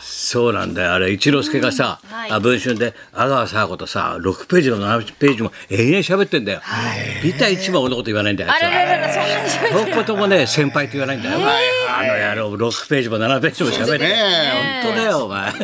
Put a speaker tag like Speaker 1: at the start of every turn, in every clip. Speaker 1: そうなんだよあれ一之輔がさ、あ文春で阿川佐和子とさ6ページの7ページも延々喋ってんだよ、ビタ一番俺のこと言わないんだよあ
Speaker 2: あ
Speaker 1: いつ
Speaker 2: ら
Speaker 1: は
Speaker 2: ららら、そんなに喋
Speaker 1: どこともね先輩って言わないんだよ、あの野郎6ページも7ページも喋って、
Speaker 3: ね
Speaker 1: 本当だよお前
Speaker 3: 一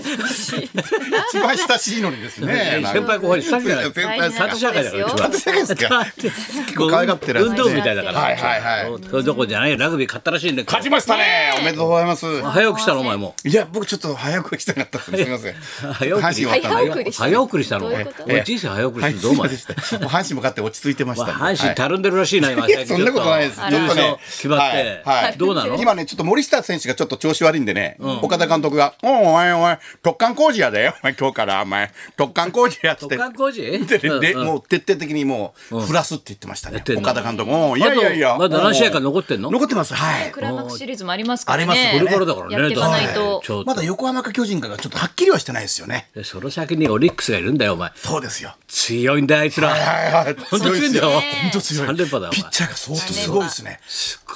Speaker 3: 番親しいのにですね。
Speaker 1: 先輩後輩下じゃない
Speaker 3: 先輩
Speaker 1: サトシャカだからうちは
Speaker 3: 先輩ですか。構可愛がってる
Speaker 1: 運動部みたいだから、
Speaker 3: はいはいはい。
Speaker 1: それどころじゃないラグビー勝ったらしいんだけど
Speaker 3: 勝ちましたね。おめでとうございます。
Speaker 1: 早起きしたのお前も
Speaker 3: いや僕ちょっと早く来たかったんです。すみません。
Speaker 1: 早
Speaker 3: 阪
Speaker 1: 送
Speaker 3: 神終
Speaker 1: り
Speaker 3: わった
Speaker 2: 早送
Speaker 3: んで。
Speaker 2: りした
Speaker 1: 早送りしたの
Speaker 2: どういうこと
Speaker 1: 俺人生早送り
Speaker 3: は
Speaker 1: し
Speaker 3: い、
Speaker 1: て
Speaker 3: す
Speaker 1: どう
Speaker 3: い
Speaker 1: も
Speaker 3: ませんでした。もう阪神も勝って落ち着いてましたんで。
Speaker 1: 阪神
Speaker 3: は
Speaker 1: たるんでるらしいな今
Speaker 3: いいやそんなことないです。ちょっ
Speaker 1: 優
Speaker 3: と
Speaker 1: 勝
Speaker 3: ね、
Speaker 1: 決まって
Speaker 3: はいはい
Speaker 1: どうなの
Speaker 3: 今ね、ちょっと森下選手がちょっと調子悪いんでね、岡田監督が、おいおいおい、特貫工事やで、お前今日から、お前、特貫工事やっつっ
Speaker 1: 特。
Speaker 3: て
Speaker 1: 貫工事
Speaker 3: ででで
Speaker 1: うんうん
Speaker 3: もう徹底的にもう、フラスって言ってましたね、
Speaker 1: てんの
Speaker 3: 岡田監督も。いやいやいや。
Speaker 1: まだまだ何試合か残ってんの
Speaker 3: 残ってます。はい。
Speaker 2: クライマックスシリーズもありますからね。
Speaker 3: あります
Speaker 1: これからだからね
Speaker 2: やっていかない
Speaker 1: は
Speaker 2: と
Speaker 1: い。ちょっ
Speaker 3: まだ横浜か巨人かがちょっとはっきりはしてないですよね。
Speaker 1: とその先にオリックスがいるんだよお前
Speaker 3: そうですよ。
Speaker 1: 強いんだよあいつら
Speaker 3: はい はいはい。
Speaker 1: 本当強いんだよ
Speaker 3: 強です本当強い。
Speaker 1: 三連覇だよお前
Speaker 3: ピッチャーが相当すごいですね。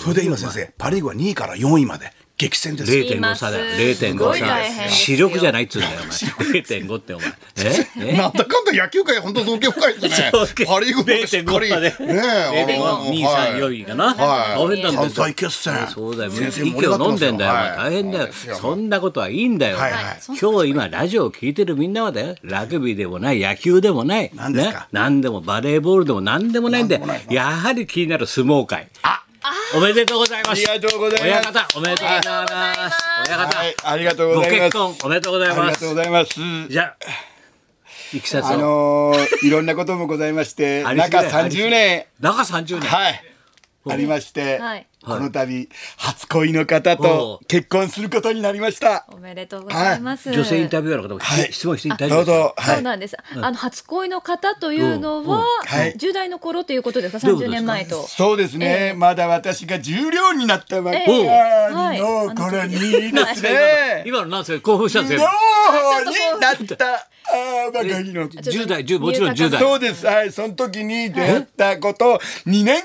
Speaker 3: それで今先生、パリーグは2位から4位まで激戦です。
Speaker 1: 0.5差だよ
Speaker 2: すご
Speaker 1: 0.5
Speaker 2: い大変
Speaker 1: 差
Speaker 2: ですよ
Speaker 1: 視力じゃないっつうんだよお前0.5ってお前ええ
Speaker 3: なんだかんだ野球界本当造形深いですね
Speaker 1: 造形。
Speaker 3: パリーグもしっかり。
Speaker 1: 0.5まで
Speaker 3: ねえあの
Speaker 1: 2位3位4位かな大変なんだよ
Speaker 3: 関西決戦。
Speaker 1: そうだよ、
Speaker 3: 先生
Speaker 1: 息を飲んでんだよ、
Speaker 3: はい
Speaker 1: お前大変だよ、そんなことはいいんだよ、
Speaker 3: はい
Speaker 2: はい
Speaker 1: 今日今ラジオを聞いてるみんなはだよラグビーでもない野球でもない
Speaker 3: 何ですか
Speaker 1: 何でもバレーボールでも何でもないんで
Speaker 3: 何でもない
Speaker 1: やはり気になる相撲界おめでとうございます
Speaker 3: ありがとうござい
Speaker 1: 親
Speaker 3: ます
Speaker 1: 方おめでとうございます親方、
Speaker 3: はい、ありがとうご
Speaker 1: ご
Speaker 3: ざいま
Speaker 1: 結
Speaker 3: す。
Speaker 1: 婚おめでとうござい
Speaker 3: あり
Speaker 1: ま
Speaker 3: がとう
Speaker 1: す
Speaker 3: ございます。
Speaker 1: じゃあいきさつ
Speaker 3: あ
Speaker 1: を
Speaker 3: の ー、いろんなこともございまして、
Speaker 1: ありすぎ
Speaker 3: 中
Speaker 1: だよ
Speaker 3: 30年、
Speaker 1: 中30年、
Speaker 3: はい、ありまして、
Speaker 2: はい
Speaker 3: この度、初恋の方と結婚することになりました。
Speaker 2: おめでとうございます。
Speaker 1: 女性インタビュアーの方も、
Speaker 3: はい
Speaker 1: 質問していただいて
Speaker 3: どうぞ、
Speaker 2: そ
Speaker 3: は
Speaker 2: う
Speaker 3: い。
Speaker 2: なんです。あの初恋の方というのは
Speaker 3: はい
Speaker 2: 10代の頃ということですか。
Speaker 1: どういうこと
Speaker 2: 30
Speaker 1: ですか
Speaker 2: 年前と。
Speaker 3: そうですね、まだ私が重量になったばっかり
Speaker 2: ええはい
Speaker 3: の頃にで すね、
Speaker 1: 今の なんすか興奮したんです
Speaker 3: 重
Speaker 1: よ
Speaker 3: 量になったばかりの
Speaker 1: 10代10もちろん10代
Speaker 3: そうです。はい、その時に出会ったことを2年間、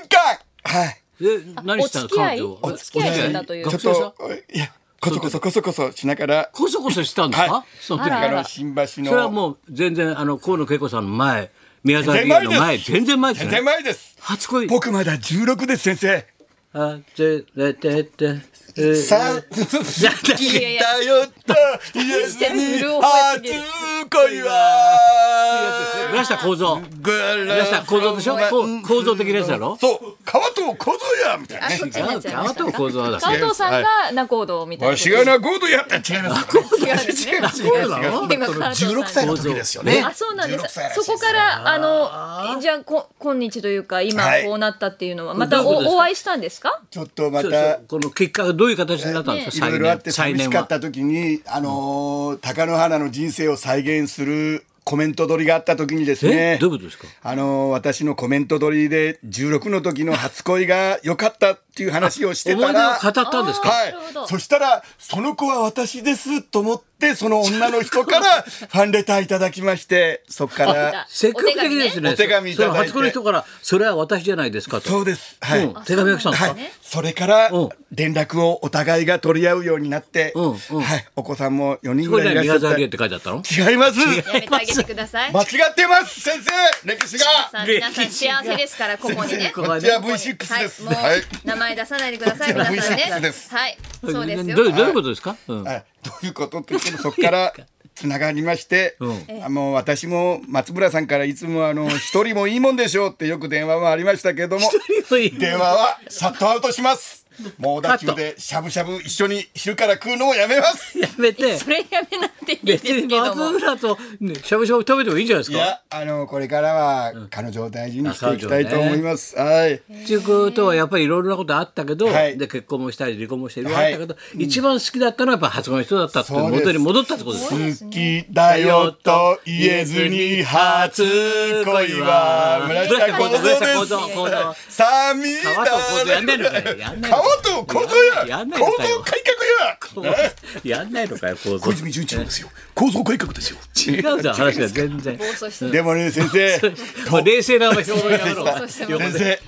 Speaker 3: はい。
Speaker 1: え、何したの
Speaker 2: お付き合い
Speaker 1: 彼女は
Speaker 2: お付き合いしてたという
Speaker 1: お
Speaker 3: ちょ
Speaker 1: 付
Speaker 3: っ
Speaker 1: き合い学生さん
Speaker 3: と、いや、こそこそこそこそしながら、
Speaker 1: こそこそしてたんですか、
Speaker 3: はい
Speaker 1: その
Speaker 3: あ
Speaker 1: 時
Speaker 2: らあら
Speaker 3: の新橋の。
Speaker 1: それはもう全然あの河野恵子さんの前宮沢りえの前全
Speaker 3: 全
Speaker 1: 然前です
Speaker 3: 全
Speaker 1: ね
Speaker 3: 然前です。
Speaker 1: 初恋
Speaker 3: 僕まだ16です、先生。
Speaker 1: あぜれててえ
Speaker 3: さあ、
Speaker 2: いやいや
Speaker 3: だよと、イエス
Speaker 2: して
Speaker 3: に
Speaker 2: る
Speaker 3: 初
Speaker 2: 覚えてる
Speaker 3: 恋は。
Speaker 1: 村下幸三
Speaker 3: グラ
Speaker 1: 村下幸三でしょこう構造的なやつだろ
Speaker 3: そう、川藤小僧やみたいな
Speaker 2: あ、
Speaker 3: ね
Speaker 2: そ。っちになっちゃいました
Speaker 1: 違う川藤幸三だ
Speaker 2: 川藤さんが仲人みたいな
Speaker 3: わ
Speaker 2: こと。
Speaker 3: しがな、ゴードやった違います。
Speaker 2: 違うんですね。
Speaker 1: そうなの
Speaker 2: 今川藤さん
Speaker 3: 16歳の時ですよね。
Speaker 2: あ、そうなんで
Speaker 3: 16歳らしい
Speaker 2: す。そ
Speaker 3: です
Speaker 2: こからあのじゃあこ今日というか今
Speaker 3: はい
Speaker 2: こうなったっていうのはまた
Speaker 1: どういうことです
Speaker 2: お
Speaker 1: か
Speaker 2: お会いしたんですか。
Speaker 3: ちょっとま
Speaker 1: そうそう
Speaker 3: た。
Speaker 1: この結果がどういう形になったんです
Speaker 3: い
Speaker 1: か、
Speaker 3: ろい
Speaker 1: 再
Speaker 3: ろあっ
Speaker 1: 年
Speaker 3: て
Speaker 1: 再
Speaker 3: 寂し
Speaker 1: 年
Speaker 3: かっ
Speaker 1: は
Speaker 3: た時に、あのー貴乃花の人生を再現するコメント撮りがあった時にです
Speaker 1: え
Speaker 3: ね
Speaker 1: どういうことですか
Speaker 3: あのー私のコメント撮りで16の時の初恋が良かったっていう話をして
Speaker 1: 思
Speaker 3: た
Speaker 1: い出を
Speaker 3: ら
Speaker 1: 語ったんですか
Speaker 3: は
Speaker 2: な
Speaker 3: い
Speaker 2: るほど、
Speaker 3: そしたらその子は私ですと思ってその女の人からファンレターいただきましてそっから
Speaker 1: 積極的ですね
Speaker 3: お手紙ねお手紙い
Speaker 1: そ
Speaker 3: ただいて
Speaker 1: の初恋の人から「それは私じゃないですか」と
Speaker 3: そうですはい、
Speaker 1: うん手紙が来たんです
Speaker 3: は
Speaker 1: か
Speaker 3: い、それから
Speaker 1: うん
Speaker 3: 連絡をお互いが取り合うようになって、
Speaker 1: うんうん
Speaker 3: はい、お子さんも4人
Speaker 1: そこ
Speaker 3: ぐ
Speaker 1: に
Speaker 3: らいい
Speaker 1: は
Speaker 3: らっし
Speaker 1: 宮沢
Speaker 3: ゃった
Speaker 1: りえって書いてあったの
Speaker 3: 違います
Speaker 2: やめてあげてください。
Speaker 3: 間違ってます先生歴史が
Speaker 2: さあ皆さん幸せで すからここにね。
Speaker 3: こっちは V6 です
Speaker 2: はい、もう、
Speaker 3: はい
Speaker 2: 名前出さないでください、
Speaker 3: こっ
Speaker 2: 皆
Speaker 3: ちは
Speaker 2: さんね。
Speaker 3: V6 です
Speaker 2: はい、そうですよ
Speaker 1: ど。うどういうことですか、うん
Speaker 3: はいどういうことって言ってもそこからつながりまして、
Speaker 1: うん
Speaker 3: あもう私も松村さんからいつもあ の一人もいいもんでしょうってよく電話もありましたけども電話はシャットアウトしますもう小田急でしゃぶしゃぶ一緒に昼から食うのをやめます
Speaker 1: やめて
Speaker 2: それやめなくていいです
Speaker 1: 別
Speaker 2: け
Speaker 1: に
Speaker 2: ど
Speaker 1: 松
Speaker 2: も。
Speaker 1: 村とねしゃぶしゃぶ食べてもいいんじゃないです
Speaker 3: い
Speaker 1: か
Speaker 3: やあのこれからは彼女を大事にしていきたいと思います、はい
Speaker 1: っていうことはやっぱりいろいろなことあったけど、
Speaker 3: はい
Speaker 1: で結婚もしたり離婚もしたりいろいろあったけど、一番好きだったのはやっぱ初恋の人だったっていう
Speaker 3: そうです
Speaker 1: 元に戻ったってことですね
Speaker 3: 好きだよと言えずに初恋は村下幸三です寂だ
Speaker 1: 川と小僧やんないのかよやんないの
Speaker 3: 川
Speaker 1: か
Speaker 3: と小僧
Speaker 1: や
Speaker 3: や
Speaker 1: んな
Speaker 3: 構
Speaker 1: いの
Speaker 3: 造
Speaker 1: かよ
Speaker 3: 改革や
Speaker 1: よやんないのかよ構造
Speaker 3: 小泉純一郎ですよ構造改革ですよ
Speaker 1: 違うじゃん話が全 然
Speaker 2: 暴走してる
Speaker 3: でもね先生
Speaker 1: まあ冷静なお前表現やろう
Speaker 2: そうしてま
Speaker 3: 先生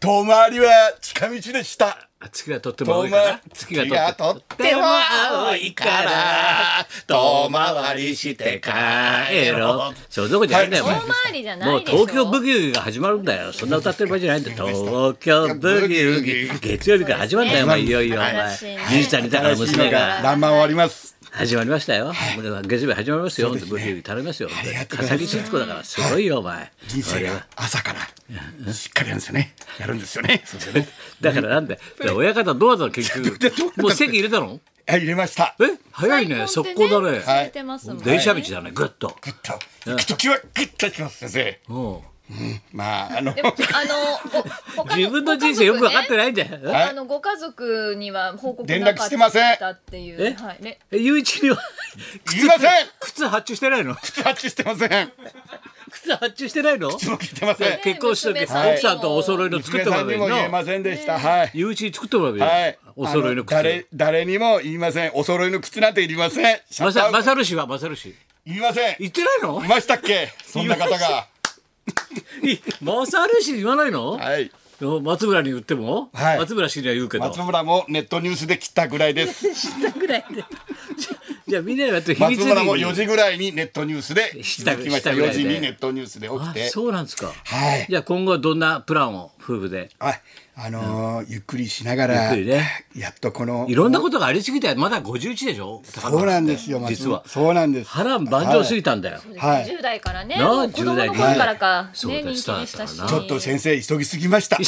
Speaker 3: 遠回りは近道でした
Speaker 1: 月がとっても
Speaker 3: 遠
Speaker 1: 青いから
Speaker 3: 回
Speaker 1: 月がとっ
Speaker 3: って
Speaker 1: も青いから遠回りして帰ろうそういうとこじゃないんだよ、
Speaker 2: 大
Speaker 1: お前
Speaker 2: 回りじゃな
Speaker 1: もう
Speaker 2: いでしょ
Speaker 1: 東京ブギウギが始まるんだよ。そんな歌ってる場合じゃないんだよ。 東京ブギウギ。月曜日から始まるんだよ、お前。いよいよ、お前
Speaker 2: そうですね。
Speaker 1: じいちゃんにだから娘が
Speaker 3: らんまん終わります。
Speaker 1: 始まりましたよ。月曜日始まりますよ。ブギウギ頼みますよ。
Speaker 3: りがとうござ
Speaker 1: 笠
Speaker 3: います
Speaker 1: 木慎子だから、すごいよ、お前。
Speaker 3: 人生が朝からしっかりやるんですよね。やるんですよね。そうですよね。
Speaker 1: だからなんで、だから親方 どうだったの結局。もう席入れたの
Speaker 3: はい入れました。
Speaker 1: え早いね。速攻だね。
Speaker 2: 空いてますもんね
Speaker 1: 電車道だね、ぐっと。
Speaker 3: グッと行くときはグッと行きます先生。
Speaker 1: うん
Speaker 3: まああの
Speaker 2: でもあのご他
Speaker 1: 自分の人生よく分かって
Speaker 2: い。
Speaker 1: ないんだよ。
Speaker 3: はい
Speaker 2: あのご家族には報告
Speaker 3: 連絡
Speaker 2: なかっ
Speaker 3: してません
Speaker 2: たっていう。
Speaker 1: え
Speaker 2: はい。ね。
Speaker 1: え、ゆういちには
Speaker 3: 言いません。
Speaker 1: 靴発注してないの
Speaker 3: タッチしてません。
Speaker 1: 靴発注してないの
Speaker 3: つも聞いてません。
Speaker 1: 結婚してる奥
Speaker 2: はい
Speaker 1: さんとお揃いの作っ
Speaker 3: 娘
Speaker 1: てもらえばいい
Speaker 3: さんにも言え
Speaker 1: の
Speaker 3: ませんでした。はい。
Speaker 1: 友人作ってもらえばいいの、
Speaker 3: はい。
Speaker 1: お揃いの
Speaker 3: あ誰
Speaker 1: 靴
Speaker 3: 誰にも言いません。お揃いの靴なんていりません。シャ
Speaker 1: ま
Speaker 3: ッタ
Speaker 1: さ
Speaker 3: ー
Speaker 1: まさる氏はまさる氏
Speaker 3: 言いません。
Speaker 1: 言ってないの
Speaker 3: いましたっけ？そんな方が。
Speaker 1: いまさる氏言わないの、
Speaker 3: はい。
Speaker 1: 松村に言っても、
Speaker 3: はい
Speaker 1: 松村氏には言うけど
Speaker 3: 松村もネットニュースで切ったぐらいです。
Speaker 1: したぐらいでじゃじゃあみんながやって秘密
Speaker 3: 松村も
Speaker 1: に
Speaker 3: 4時ぐらいにネットニュースで
Speaker 1: し
Speaker 3: 気
Speaker 1: た
Speaker 3: づきました。
Speaker 1: したぐら
Speaker 3: 4
Speaker 1: いで
Speaker 3: 時にネットニュースで起き
Speaker 1: あ
Speaker 3: て。
Speaker 1: そうなんですか
Speaker 3: はい。
Speaker 1: じゃあ今後はどんなプランを夫婦で
Speaker 3: はい。あのーゆっくりしながら、
Speaker 1: ゆっくりね
Speaker 3: やっとこの
Speaker 1: いろんなことがありすぎてまだ51でしょ
Speaker 3: そうなんですよ。松村
Speaker 1: 実は
Speaker 3: そうなんです。
Speaker 1: 波乱万丈すぎ
Speaker 3: は
Speaker 1: たんだよ、
Speaker 3: はい
Speaker 2: 10代からね。
Speaker 1: なあ
Speaker 2: もう子供の頃からか。
Speaker 1: 10代から
Speaker 2: ね人気でしたし。
Speaker 1: そうだ
Speaker 3: い。ちょっと先生急ぎすぎ ました。
Speaker 1: 本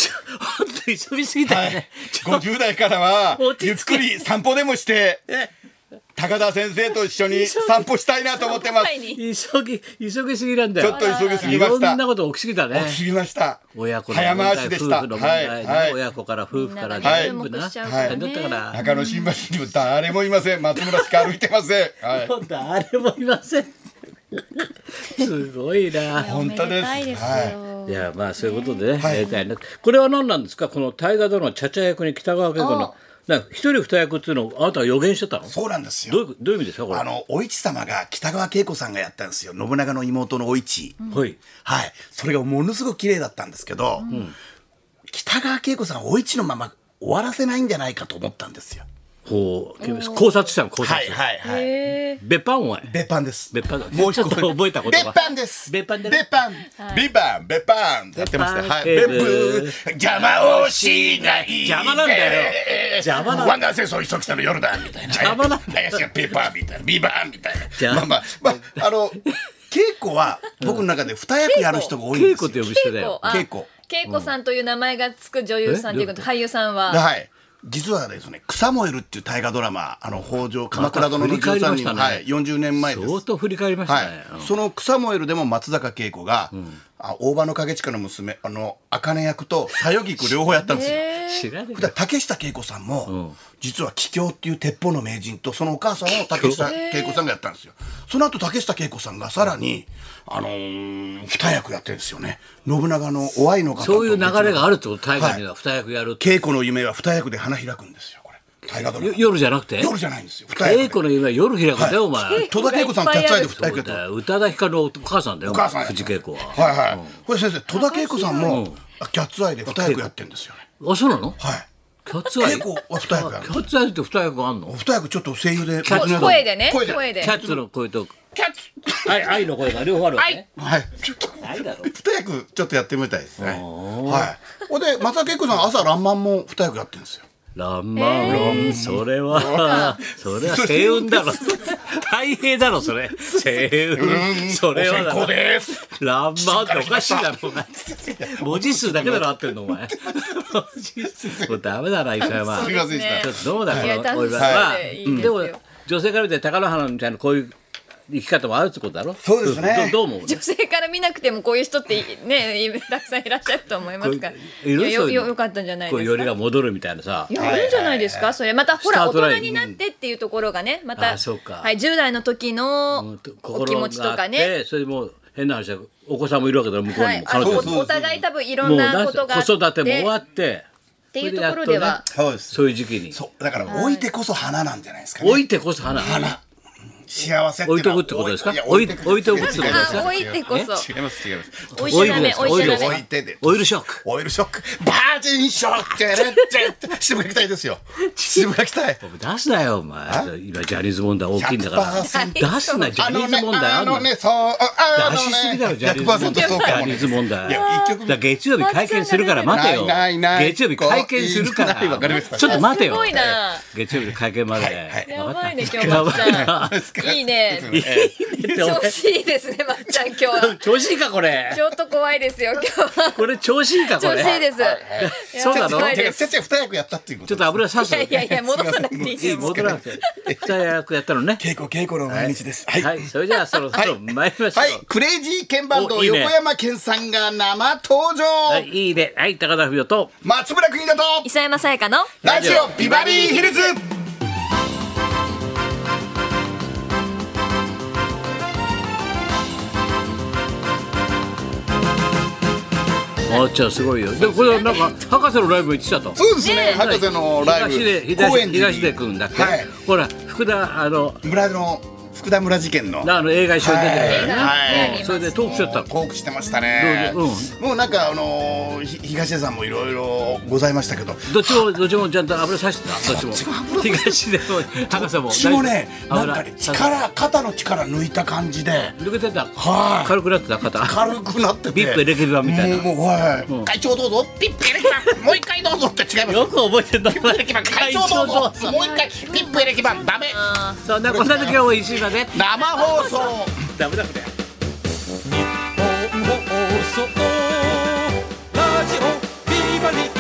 Speaker 1: 当に急ぎすぎた
Speaker 3: は
Speaker 1: よね
Speaker 3: い、
Speaker 1: ちょっと
Speaker 3: 50代からは
Speaker 1: 落
Speaker 3: ゆっ
Speaker 1: ち着け
Speaker 3: くり散歩でもして
Speaker 1: え
Speaker 3: 高田先生と一緒に散歩したいなと思ってます
Speaker 2: 前に
Speaker 1: 急ぎ急ぎすぎなんだ
Speaker 3: ち
Speaker 1: よ
Speaker 3: ょっと急ぎすぎ
Speaker 1: い
Speaker 3: ま
Speaker 1: ろ
Speaker 3: し
Speaker 1: ん
Speaker 3: た
Speaker 1: なこと起きすぎたね
Speaker 3: 起きました
Speaker 1: 親子の
Speaker 3: 早
Speaker 1: 問題
Speaker 3: 回しで
Speaker 1: 夫
Speaker 3: し
Speaker 1: 婦
Speaker 3: た
Speaker 1: の問
Speaker 3: は
Speaker 1: 題
Speaker 3: い
Speaker 1: ね、
Speaker 3: はい
Speaker 1: 親子から夫婦から
Speaker 2: みんなが
Speaker 1: 全部な、
Speaker 2: はい注目しちゃう
Speaker 1: 大変だったから、
Speaker 3: 中野新橋にも誰もいません松村しか歩いて ませんはい
Speaker 1: 今度あれもいませんすごいな
Speaker 3: 本当です
Speaker 2: おめでたいですよ。
Speaker 1: いやまあそういうことでね、
Speaker 3: い
Speaker 1: やりたいなこれは何なんですかこの大河殿の茶々役に北川景子のなんか一人二役っていうのをあなたは予言してたの
Speaker 4: そうなんです
Speaker 1: どう
Speaker 4: よ。
Speaker 1: いうどういう意味ですかこれ
Speaker 4: あのお市様が北川景子さんがやったんですよ。信長の妹のお市。
Speaker 1: はい
Speaker 4: はい。それがものすごく綺麗だったんですけど、北川景子さんをお市のまま終わらせないんじゃないかと思ったんですよ。
Speaker 1: こう考察したの考察、
Speaker 4: はいはいはい。
Speaker 2: へー
Speaker 1: 別班お前
Speaker 4: 別班です。
Speaker 1: 別班だ
Speaker 4: もう一個
Speaker 1: ちょっと覚えた言葉
Speaker 4: 別班です。
Speaker 1: 別班だね
Speaker 4: 別班。
Speaker 3: ビバンベパンやってましたはい
Speaker 1: え
Speaker 3: ベ
Speaker 1: ー
Speaker 3: ッブ
Speaker 4: 邪魔をしない
Speaker 1: 邪魔なんだよ邪魔なんだよ
Speaker 4: 湾岸戦争一つの夜だみたいな
Speaker 1: 邪魔なんだよ
Speaker 4: 林がペーパーみたいなビバーンみたい
Speaker 1: 邪
Speaker 4: な
Speaker 1: 魔
Speaker 4: まあまあまああ の稽古は僕の中で二役やる人が多いん
Speaker 1: 稽
Speaker 4: です
Speaker 1: 古って
Speaker 4: よ
Speaker 1: 呼び捨てだ
Speaker 2: 恵子
Speaker 1: よ
Speaker 2: あ
Speaker 4: 稽古
Speaker 2: 恵子さんという名前がつく女優さんということ
Speaker 1: え
Speaker 2: 俳優さんは
Speaker 4: はい実はですね「草燃える」っていう大河ドラマあの北条鎌倉殿の
Speaker 1: また振り返
Speaker 4: 13
Speaker 1: りまし
Speaker 4: 人
Speaker 1: た
Speaker 4: の、
Speaker 1: ね
Speaker 4: はい、40年前です
Speaker 1: 相当振り返りましたね、
Speaker 4: はい、その「草燃える」でも松坂慶子が、あ大場の影近の娘あの茜役と左右菊両方やったんですよ。
Speaker 1: うん知らねえ
Speaker 4: だから竹下恵子さんも、実は桔梗っていう鉄砲の名人とそのお母さんを竹下恵子さんがやったんですよその後竹下恵子さんがさらにあのー二役やってるんですよね信長のお愛の方と
Speaker 1: そういう流れがあるってこと大河
Speaker 4: 河
Speaker 1: には二役やるって、
Speaker 4: 恵子の夢は二役で花開くんですよこれ大河ドラ
Speaker 1: よ
Speaker 4: マ
Speaker 1: 夜じゃなくて
Speaker 4: 夜じゃないんですよ二
Speaker 1: 稽
Speaker 4: 役
Speaker 1: 古の夢は夜開くんだよ、お前
Speaker 4: 戸田恵子さんキャッチアイで二
Speaker 1: そう
Speaker 4: 役やって
Speaker 1: だ
Speaker 4: る
Speaker 1: よ宇多田ヒカルのお母さんだよ
Speaker 4: お母さん
Speaker 1: 藤恵子は
Speaker 4: はいはい、これ先生戸田恵子さんもキャッツアイで二役やってるんですよね
Speaker 1: あそうなの
Speaker 4: はい
Speaker 1: キャッツアイ
Speaker 4: 稽古は二役や
Speaker 1: あ
Speaker 4: る
Speaker 1: キャッツアイって二役あんの
Speaker 4: 二役ちょっと声優で
Speaker 1: キャッツ
Speaker 2: 声でね
Speaker 4: 声で
Speaker 2: 声で
Speaker 1: キャッツの声と
Speaker 4: キャッツ
Speaker 1: 愛愛の声が両方あるわけね
Speaker 4: はい。ちょっと
Speaker 1: ないだろ
Speaker 4: 二役ちょっとやってみたいですね。はい。ほんで松田恵子さん朝ランマンも二役やってるんですよ。
Speaker 1: ランマンロン、それは、それは星雲だろ。太平だろ、それ。星雲、それはだろ。
Speaker 4: です。
Speaker 1: ランマンっておかしいだろ、お前。文字数だけだろ、合ってるの、お前。文字数もうダメだな、磯山。
Speaker 4: す
Speaker 1: ち
Speaker 4: み
Speaker 1: ょ
Speaker 4: ませんでし
Speaker 1: っとどうだ、こ
Speaker 2: いや
Speaker 1: の、お
Speaker 2: 楽し
Speaker 1: 祝
Speaker 2: そう
Speaker 1: いは
Speaker 2: でいい。です
Speaker 1: で
Speaker 2: よ
Speaker 1: も、女性から見て、高野花みたいな、こういう生き方もあるってことだろ。
Speaker 4: そうですね
Speaker 1: どどう思う
Speaker 2: 女性から見なくてもこういう人ってねいたくさんいらっしゃると思いますから
Speaker 1: こういる
Speaker 2: いや
Speaker 1: そう
Speaker 2: よ
Speaker 1: いうの
Speaker 2: よよかったんじゃない
Speaker 1: こう、
Speaker 2: で
Speaker 1: よ
Speaker 2: す
Speaker 1: り
Speaker 2: か
Speaker 1: が戻るみたいなさ
Speaker 2: い。や、いいんじゃないですか、それ、また、ほら、
Speaker 1: スター
Speaker 2: 大
Speaker 1: トライン
Speaker 2: 人になってっていうところがね、ま
Speaker 1: あ
Speaker 2: た。
Speaker 1: そうか
Speaker 2: はい、十代の時
Speaker 1: う
Speaker 2: の
Speaker 1: ん、
Speaker 2: お気持ちとか
Speaker 1: 心があっ
Speaker 2: ね。
Speaker 1: てそれでもう変な話だけどお子さんもいるわけだろ向こう
Speaker 2: は
Speaker 1: に
Speaker 2: い
Speaker 1: も、
Speaker 2: あ
Speaker 1: 彼
Speaker 2: の
Speaker 1: 女
Speaker 2: お
Speaker 1: も
Speaker 2: お互い多分いろん
Speaker 1: もう
Speaker 2: な
Speaker 1: な
Speaker 2: ことがあって。
Speaker 1: 子育ても終わって
Speaker 2: ていうところでは
Speaker 1: それや
Speaker 4: そう
Speaker 1: っとね
Speaker 4: です
Speaker 1: そういう時期に
Speaker 4: そうだから置いてこそ花なんじゃないですかね。
Speaker 1: 置いてこそ花
Speaker 4: 花。
Speaker 3: 幸せって
Speaker 1: 置いとくってことですか置い置いとくってことです
Speaker 2: あ、
Speaker 1: か
Speaker 2: 置いてこそ。
Speaker 3: 違います違います
Speaker 2: 置
Speaker 1: オ
Speaker 2: い
Speaker 1: イル
Speaker 2: てダ
Speaker 1: で
Speaker 2: メ、
Speaker 1: す
Speaker 2: 置いて
Speaker 1: オイ
Speaker 2: ダ
Speaker 1: ル
Speaker 2: メ。
Speaker 1: で
Speaker 3: 手で
Speaker 1: オイルショック
Speaker 3: オイルショックバージンショックてれってってしてもらきたいですよしてもらきたい
Speaker 1: 出すなよお前今ジャニーズ問題大きいんだから
Speaker 3: 100%
Speaker 1: 出すなジャ
Speaker 3: あ
Speaker 1: ニ
Speaker 3: の
Speaker 1: ーズ
Speaker 3: ね
Speaker 1: 問題あ
Speaker 3: あ
Speaker 1: んの
Speaker 3: のねそうあ
Speaker 1: 出しす
Speaker 3: の
Speaker 1: ぎだろ
Speaker 3: ね
Speaker 1: ジャニーズ問題
Speaker 3: 100%そうか
Speaker 1: ジ
Speaker 3: も
Speaker 1: ャニ
Speaker 3: ね
Speaker 1: ーズ問題
Speaker 3: いや一曲
Speaker 1: だから月曜日会見するから待てよ
Speaker 3: ないないない
Speaker 1: 月曜日会見するから
Speaker 3: こういいわかりました
Speaker 1: ちょっと待てよ
Speaker 2: すごいな。
Speaker 1: 月曜日の会見まで
Speaker 3: い
Speaker 2: や
Speaker 1: わかっ
Speaker 2: ば
Speaker 1: た
Speaker 2: いね、今日まっち
Speaker 1: やば
Speaker 2: ゃ。
Speaker 1: いな ん
Speaker 2: いいね。 調子いいですね、まっちゃん、今日は。
Speaker 1: 調子いいかこれ
Speaker 2: ちょっと怖いですよ、今日は。
Speaker 1: これ調子いいかこ
Speaker 2: 調
Speaker 1: れ
Speaker 2: 子いいです。
Speaker 1: そうな
Speaker 2: や
Speaker 1: の
Speaker 2: ばい
Speaker 1: ち
Speaker 3: て
Speaker 2: で
Speaker 3: か
Speaker 2: す。
Speaker 3: 先生二役やったっていうこと
Speaker 1: ょっと油さす
Speaker 2: いやいや、戻さなくていいです
Speaker 1: いい
Speaker 2: よ。
Speaker 1: 戻らなくて二役やったの ね
Speaker 3: 稽古稽古の毎日ですはい
Speaker 1: はいそれじゃあそろそろ参りましょ
Speaker 3: は
Speaker 1: う
Speaker 3: いクレイジーケンバンド
Speaker 1: おいいね
Speaker 3: 横山健さんが生登場
Speaker 1: はいいいねはい高田文夫と
Speaker 3: 松村邦だと
Speaker 2: 磯山さやかの。
Speaker 3: ラジオビバリーヒルズ
Speaker 1: あっちゃんすごいよでこれはなんか博士のライブ行ってたと
Speaker 3: そうですね博士のライ
Speaker 1: 東出
Speaker 3: ブ
Speaker 1: 東
Speaker 3: 公
Speaker 1: 出
Speaker 3: 演
Speaker 1: 東出君だっけ、
Speaker 3: はい
Speaker 1: ほら福田あの
Speaker 3: 村の福田村事件の
Speaker 1: あの映画一緒に出てるからね、
Speaker 3: はい
Speaker 2: はい
Speaker 1: うんそれでトークしちゃったの
Speaker 3: トークしてましたね
Speaker 1: どうぞ
Speaker 3: もうなんかあのーひ東出さんもいろいろございましたけど
Speaker 1: どっちもどっちもちゃんと油さしてたどっち
Speaker 3: どっちも
Speaker 1: も東出も高さも
Speaker 3: うちもね
Speaker 1: 大
Speaker 3: な
Speaker 1: 丈夫
Speaker 3: んかね
Speaker 1: 油
Speaker 3: 力肩の力抜いた感じで
Speaker 1: 抜けてた
Speaker 3: はい
Speaker 1: 軽くなってた肩
Speaker 3: 軽くなってて
Speaker 1: ビップエレキバみたいな
Speaker 3: もうもうはい、
Speaker 1: ん
Speaker 3: 会長どうぞビップエレキバもう一回どうぞって違います
Speaker 1: よく覚えて た
Speaker 3: ビップエレキバ会長どうぞもう一回ビップエレキバダメ
Speaker 1: そんなこんな時は美味しいのね
Speaker 3: 生放送
Speaker 1: ダメだこれ
Speaker 5: 放送ラジオビバリー